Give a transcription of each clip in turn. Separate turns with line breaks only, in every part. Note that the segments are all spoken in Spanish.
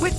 With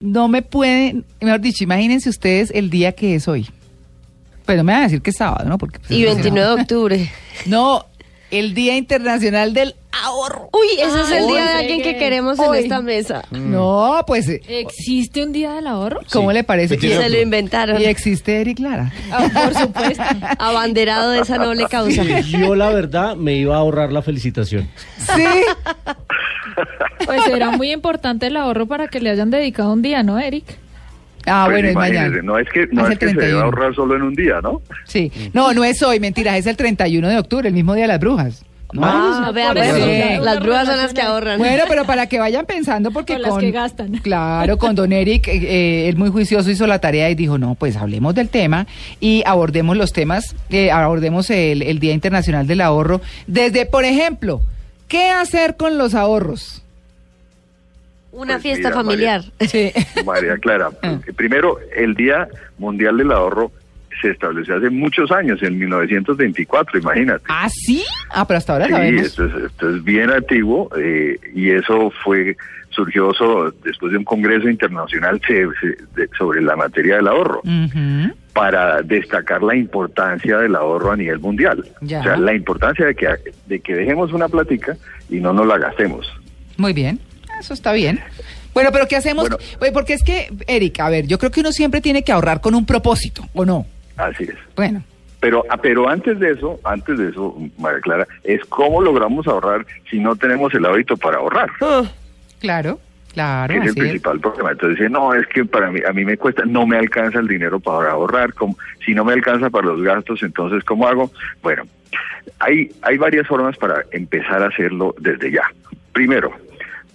No me pueden, mejor dicho, imagínense ustedes el día que es hoy. Pero me van a decir que es sábado, ¿no? Porque, pues,
Y
no sé,
29 de octubre.
No, el Día Internacional del Ahorro.
Uy, ese es el
Hoy.
día de alguien que queremos en
Hoy.
esta mesa.
Mm.
No, pues, eh,
¿Existe un día del ahorro?
¿cómo le parece?
Sí,
Y-
Se lo inventaron.
Y existe Eric Lara.
por supuesto.
Abanderado de esa noble causa.
Yo la verdad me iba a ahorrar la felicitación.
Sí,
Pues será muy importante el ahorro para que le hayan dedicado un día, ¿no, Eric?
Ah,
Pues
bueno, es
imagínese,
mañana.
No es que, no
el
es que se
31.
deba ahorrar solo en un día, ¿no?
Sí. No, no es hoy, mentira, es el 31 de octubre, el mismo día de las brujas. No.
Ah, vea,
por
pues,
eso.
sí. las brujas son las que ahorran.
Bueno, pero para que vayan pensando, porque
Con las que gastan.
Claro, con don Eric, eh, eh, él muy juicioso hizo la tarea y dijo, no, pues hablemos del tema y abordemos los temas, eh, abordemos el, el Día Internacional del Ahorro, desde, por ejemplo, ¿qué hacer con los ahorros?
Una
Pues
fiesta
mira, María.
familiar.
Sí.
María Clara.
Ah.
pues, Primero, el Día Mundial del Ahorro se estableció hace muchos años, en 1924, imagínate.
¿Ah, sí? Ah, pero hasta ahora
Sí,
sabemos.
esto es, esto es bien antiguo eh, y eso fue surgió so- después de un congreso internacional se- se- de- sobre la materia del ahorro
Ujú.
para destacar la importancia del ahorro a nivel mundial.
Ya.
O sea, la importancia de que, de que dejemos una plática y no nos la gastemos.
Muy bien, eso está bien. Bueno, pero ¿qué hacemos?
Bueno.
Pues, Porque es que, Eric, a ver, yo creo que uno siempre tiene que ahorrar con un propósito, ¿o no?
Así es.
Bueno,
Pero, ah, pero antes de eso, antes de eso, María Clara, es cómo logramos ahorrar si no tenemos el hábito para ahorrar,
claro, claro,
que es
Ah, así
el
es.
principal problema. Entonces dice, no, es que para mí, a mí me cuesta, no me alcanza el dinero para ahorrar, como, si no me alcanza para los gastos, entonces ¿cómo hago? Bueno, hay, hay varias formas para empezar a hacerlo desde ya. Primero,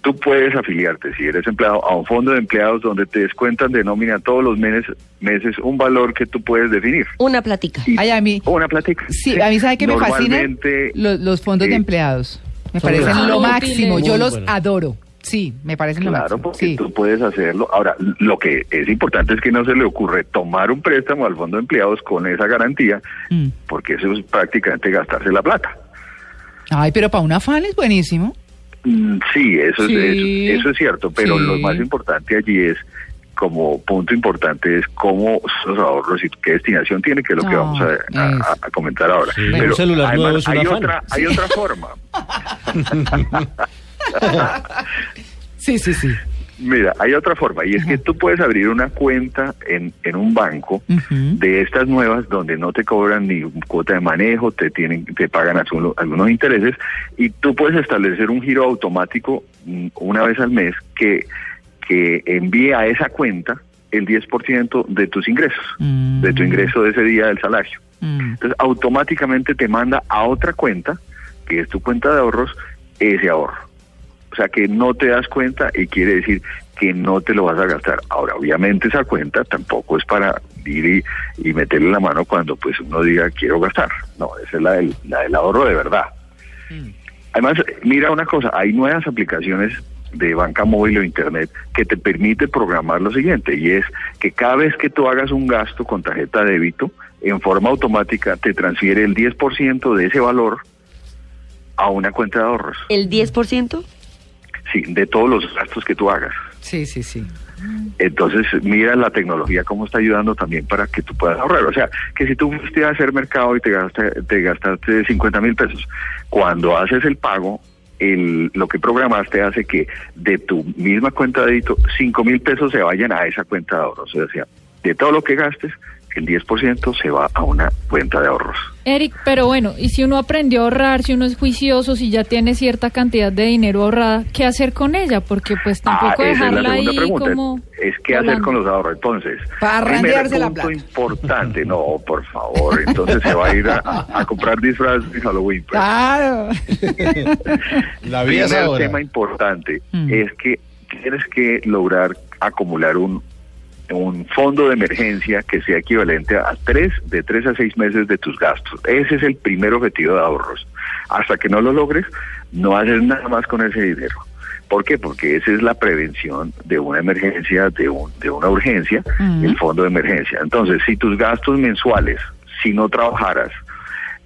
tú puedes afiliarte, si eres empleado, a un fondo de empleados donde te descuentan de nómina todos los meses, meses un valor que tú puedes definir.
Una platica.
Ay, a mí.
Una plática.
Sí, a mí sabe que me fascinan
Normalmente,
los, los fondos de
eh,
empleados. Me
son
parecen
buenos.
lo
Muy
máximo,
útiles.
yo
Muy
los
buenos.
adoro. Sí, me parecen lo
Claro,
máximo.
porque
Sí.
tú puedes hacerlo. Ahora, lo que es importante es que no se le ocurre tomar un préstamo al fondo de empleados con esa garantía,
Mm.
porque eso es prácticamente gastarse la plata.
Ay, pero para un afán es buenísimo.
Mm, Sí, eso,
Sí.
Es, eso, eso es cierto, pero
Sí.
lo más importante allí es, como punto importante, es cómo esos ahorros y qué destinación tiene, que es lo que
Ah,
vamos a, a-
eso.
a comentar ahora.
Sí, un celular
además,
nuevo es un
hay,
afán.
otra, hay otra forma.
Sí, sí, sí.
Mira, hay otra forma, y es que tú puedes abrir una cuenta en, en un banco
Ujú.
de estas nuevas donde no te cobran ni cuota de manejo, te tienen, te pagan alguno- algunos intereses, y tú puedes establecer un giro automático mm, una vez al mes que, que envíe a esa cuenta el 10% de tus ingresos,
Mm.
de tu ingreso de ese día del salario.
Mm.
Entonces, automáticamente te manda a otra cuenta, que es tu cuenta de ahorros, ese ahorro. O sea que no te das cuenta y quiere decir que no te lo vas a gastar. Ahora, obviamente esa cuenta tampoco es para ir y, y meterle la mano cuando pues uno diga quiero gastar. No, esa es la del, la del ahorro de verdad. Además, mira una cosa, hay nuevas aplicaciones de banca móvil o internet que te permite programar lo siguiente y es que cada vez que tú hagas un gasto con tarjeta de débito, en forma automática te transfiere el 10% de ese valor a una cuenta de ahorros,
El 10%.
sí, de todos los gastos que tú hagas.
Sí, sí, sí.
Entonces, mira la tecnología cómo está ayudando también para que tú puedas ahorrar. O sea, que si tú fuiste a hacer mercado y te, gastaste, te gastaste 50 mil pesos, cuando haces el pago, el, lo que programaste hace que de tu misma cuenta de débito, 5 mil pesos se vayan a esa cuenta de ahorros. O sea, de todo lo que gastes, el 10% se va a una cuenta de ahorros.
Eric, pero bueno, y si uno aprendió a ahorrar, si uno es juicioso, si ya tiene cierta cantidad de dinero ahorrada, ¿qué hacer con ella? Porque pues tampoco
ah, esa es la
dejarla
segunda
ahí
pregunta.
como...
Es qué hacer
volando.
con los ahorros. Entonces, primer
Parrandearse la
punto
plata.
importante, no, por favor, entonces se va a ir a, a comprar disfraz de Halloween.
Ah,
pues.
Claro.
La
Primer tema importante
Mm.
es que tienes que lograr acumular un, un fondo de emergencia que sea equivalente a tres, de tres a seis meses de tus gastos. Ese es el primer objetivo de ahorros. Hasta que no lo logres, no haces nada más con ese dinero. ¿Por qué? Porque esa es la prevención de una emergencia, de, un- de una urgencia, el fondo de emergencia. Entonces, si tus gastos mensuales, si no trabajaras,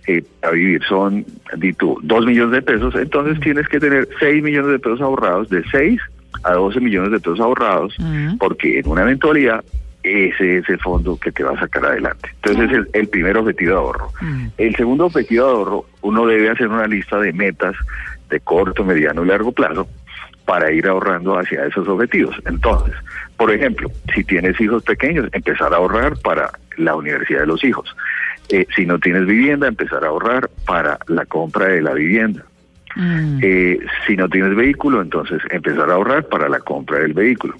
eh, para vivir son, di tú, 2 millones de pesos, entonces tienes que tener 6 millones de pesos ahorrados, de 6 a 12 millones de pesos ahorrados, porque en una eventualidad ese es el fondo que te va a sacar adelante. Entonces ese es el, el primer objetivo de ahorro. El segundo objetivo de ahorro, uno debe hacer una lista de metas de corto, mediano y largo plazo para ir ahorrando hacia esos objetivos. Entonces, por ejemplo, si tienes hijos pequeños, empezar a ahorrar para la universidad de los hijos. Eh, si no tienes vivienda, empezar a ahorrar para la compra de la vivienda. Eh, si no tienes vehículo, entonces empezar a ahorrar para la compra del vehículo.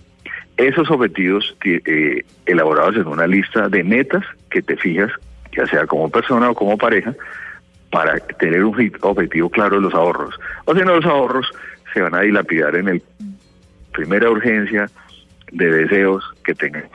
Esos objetivos ti- eh, elaborados en una lista de metas que te fijas, ya sea como persona o como pareja, para tener un hit- objetivo claro de los ahorros. O si no, los ahorros se van a dilapidar en el primera urgencia de deseos que tengamos.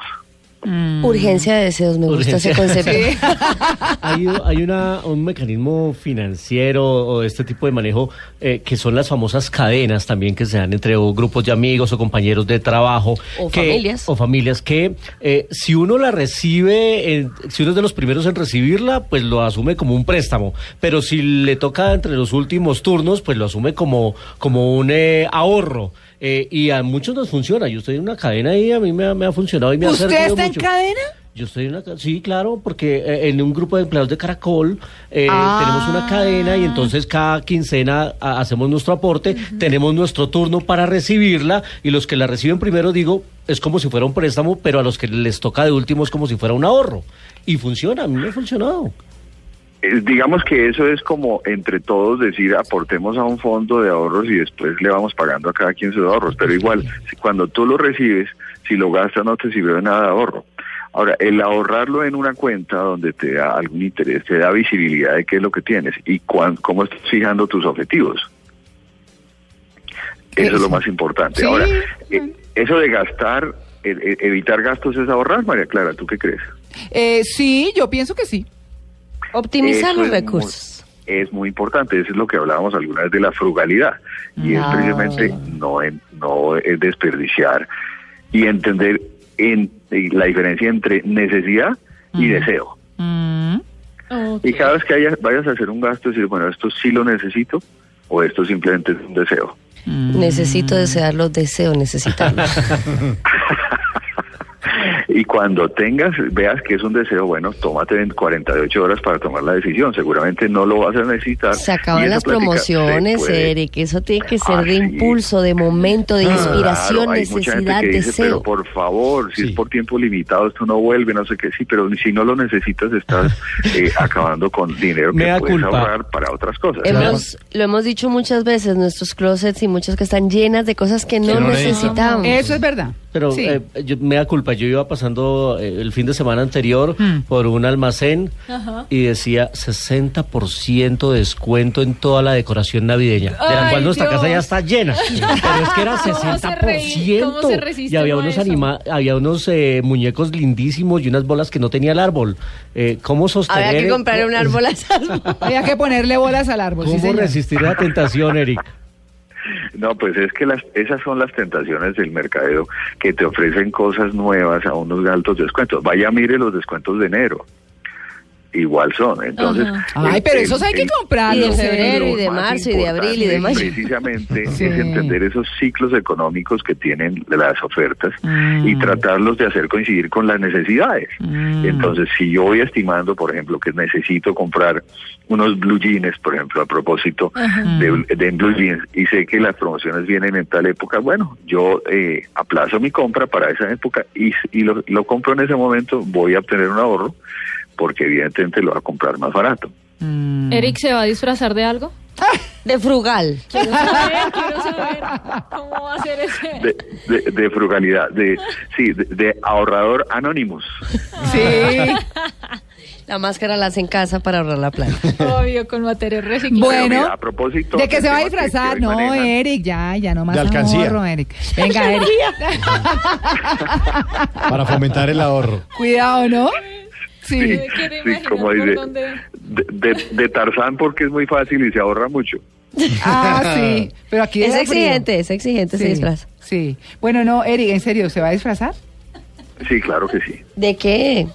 Mm.
Urgencia de deseos, me gusta ese
Urgencia.
concepto.
Hay, hay una, un mecanismo financiero o este tipo de manejo eh, que son las famosas cadenas también que se dan entre o grupos de amigos o compañeros de trabajo.
O
que-
familias.
O familias que eh, si uno la recibe, eh, si uno es de los primeros en recibirla, pues lo asume como un préstamo. Pero si le toca entre los últimos turnos, pues lo asume como, como un eh, ahorro. Eh, y a muchos nos funciona. Yo estoy en una cadena y a mí me, ha- me ha funcionado y me ha
¿Usted
servido
está en
mucho.
cadena?
Yo estoy en una ca- sí, claro, porque eh, en un grupo de empleados de Caracol eh,
Ah.
tenemos una cadena y entonces cada quincena ah, hacemos nuestro aporte, tenemos nuestro turno para recibirla y los que la reciben primero, digo, es como si fuera un préstamo, pero a los que les toca de último es como si fuera un ahorro. Y funciona, a mí me ha funcionado.
Eh, digamos que eso es como entre todos decir aportemos a un fondo de ahorros y después le vamos pagando a cada quien sus ahorros, pero igual si- cuando tú lo recibes, si lo gastas no te sirve de nada de ahorro. Ahora, el ahorrarlo en una cuenta donde te da algún interés, te da visibilidad de qué es lo que tienes y cuán- cómo estás fijando tus objetivos. Eso es lo más importante.
Sí.
Ahora, eh, eso de gastar, eh, eh, evitar gastos es ahorrar, María Clara, ¿tú qué crees?
Eh, sí, yo pienso que sí.
Optimizar
Eso
los
es muy-
recursos.
es muy importante, eso es lo que hablábamos alguna vez de la frugalidad, y es
Ah.
precisamente no, en- no eh, desperdiciar y entender en, eh, la diferencia entre necesidad y
Mm.
deseo.
Ok.
Y cada vez que haya- vayas a hacer un gasto, decir, bueno, esto sí lo necesito o esto simplemente es un deseo.
Necesito desear los deseos, necesitarlos.
Y cuando tengas, veas que es un deseo, bueno, tómate 20, 48 horas para tomar la decisión. Seguramente no lo vas a necesitar.
Se
y
acaban
esa
las
plática se
promociones,
puede
Eric. Eso tiene que ser de
Así es.
impulso, de momento, de
Claro,
inspiración,
hay mucha gente
necesidad,
que dice,
deseo.
Pero por favor, si
Sí.
es por tiempo limitado, esto no vuelve, no sé qué, sí, pero si no lo necesitas, estás eh, acabando con dinero
Me
que
da
puedes
culpa.
ahorrar para otras cosas.
Hemos, lo hemos dicho muchas veces, nuestros closets y muchos que están llenas de cosas que no,
no
necesitamos.
Eso es verdad.
Mm. Pero
Sí.
eh, yo- me da culpa, yo iba pasando eh, el fin de semana anterior
Mm.
por un almacén y decía 60% de descuento en toda la decoración navideña, de la
Ay,
cual nuestra casa ya
Dios.
está llena. Pero es que era
¿Cómo se
60%.
reí- cómo se resiste
y había
uno a
unos,
eso?
anima- había unos eh, muñecos lindísimos y unas bolas que no tenía el árbol. Eh, ¿Cómo sostener?
Había que comprar un árbol a esas bolas.
Había que ponerle bolas al árbol. sí,
¿Cómo
señor.
resistir la tentación, Eric?
No, pues es que las, esas son las tentaciones del mercadeo que te ofrecen cosas nuevas a unos altos descuentos. Vaya, mire los descuentos de enero. Igual son. Entonces,
Ay,
el-
pero
el-
esos hay que
el-
comprarlos.
Y de
sí.
febrero, y de
lo más
marzo, y de abril, y de
importante
mayo.
Precisamente
Sí.
es entender esos ciclos económicos que tienen las ofertas y tratarlos de hacer coincidir con las necesidades. Entonces, si yo voy estimando, por ejemplo, que necesito comprar unos blue jeans, por ejemplo, a propósito de, de blue jeans, y sé que las promociones vienen en tal época, bueno, yo eh, aplazo mi compra para esa época y, y lo, lo compro en ese momento, voy a obtener un ahorro porque evidentemente lo va a comprar más barato.
Mm. ¿Eric se va a disfrazar de algo?
De frugal.
Quiero saber, quiero saber cómo va a ser ese.
de, de- de frugalidad, de sí, de, de ahorrador anónimos.
Sí.
La máscara la hace en casa para ahorrar la plata.
Obvio, con material reciclado.
Bueno,
a propósito
de que
del
se va a
tema que- que
disfrazar,
hoy
no,
manejan.
Eric, ya, ya no más
De alcancía.
ahorro, Eric. Venga, Eric,
Para fomentar el ahorro.
cuidado, ¿no?
Me
Sí.
quiero
Sí,
imaginar
como
por
dice,
dónde-
de, de- de Tarzán porque es muy fácil y se ahorra mucho.
Ah, sí. Pero aquí
Es
deja frío.
exigente, es exigente, se
Sí,
disfraza.
Sí. Bueno, no, Eric, en serio, ¿se va a disfrazar?
Sí, claro que sí.
¿De qué?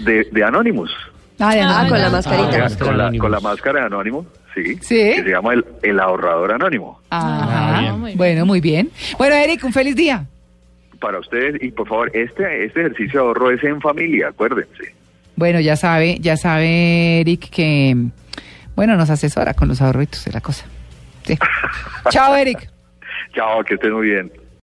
De, de Anonymous.
Ah, de
Ah,
nada.
con la
Ah,
mascarita.
bueno.
con, la,
Anonymous.
con la máscara de Anónimo, sí.
Sí.
Que se llama el, el ahorrador anónimo.
Ajá.
Ah,
bien. muy bien.
Bueno, muy bien. Bueno, Eric, un feliz día.
Para ustedes, y por favor, este, este ejercicio de ahorro es en familia, acuérdense.
Bueno, ya sabe, ya sabe Eric que, bueno, nos asesora con los ahorritos de la cosa. Sí. Chao, Eric.
Chao, que estén muy bien.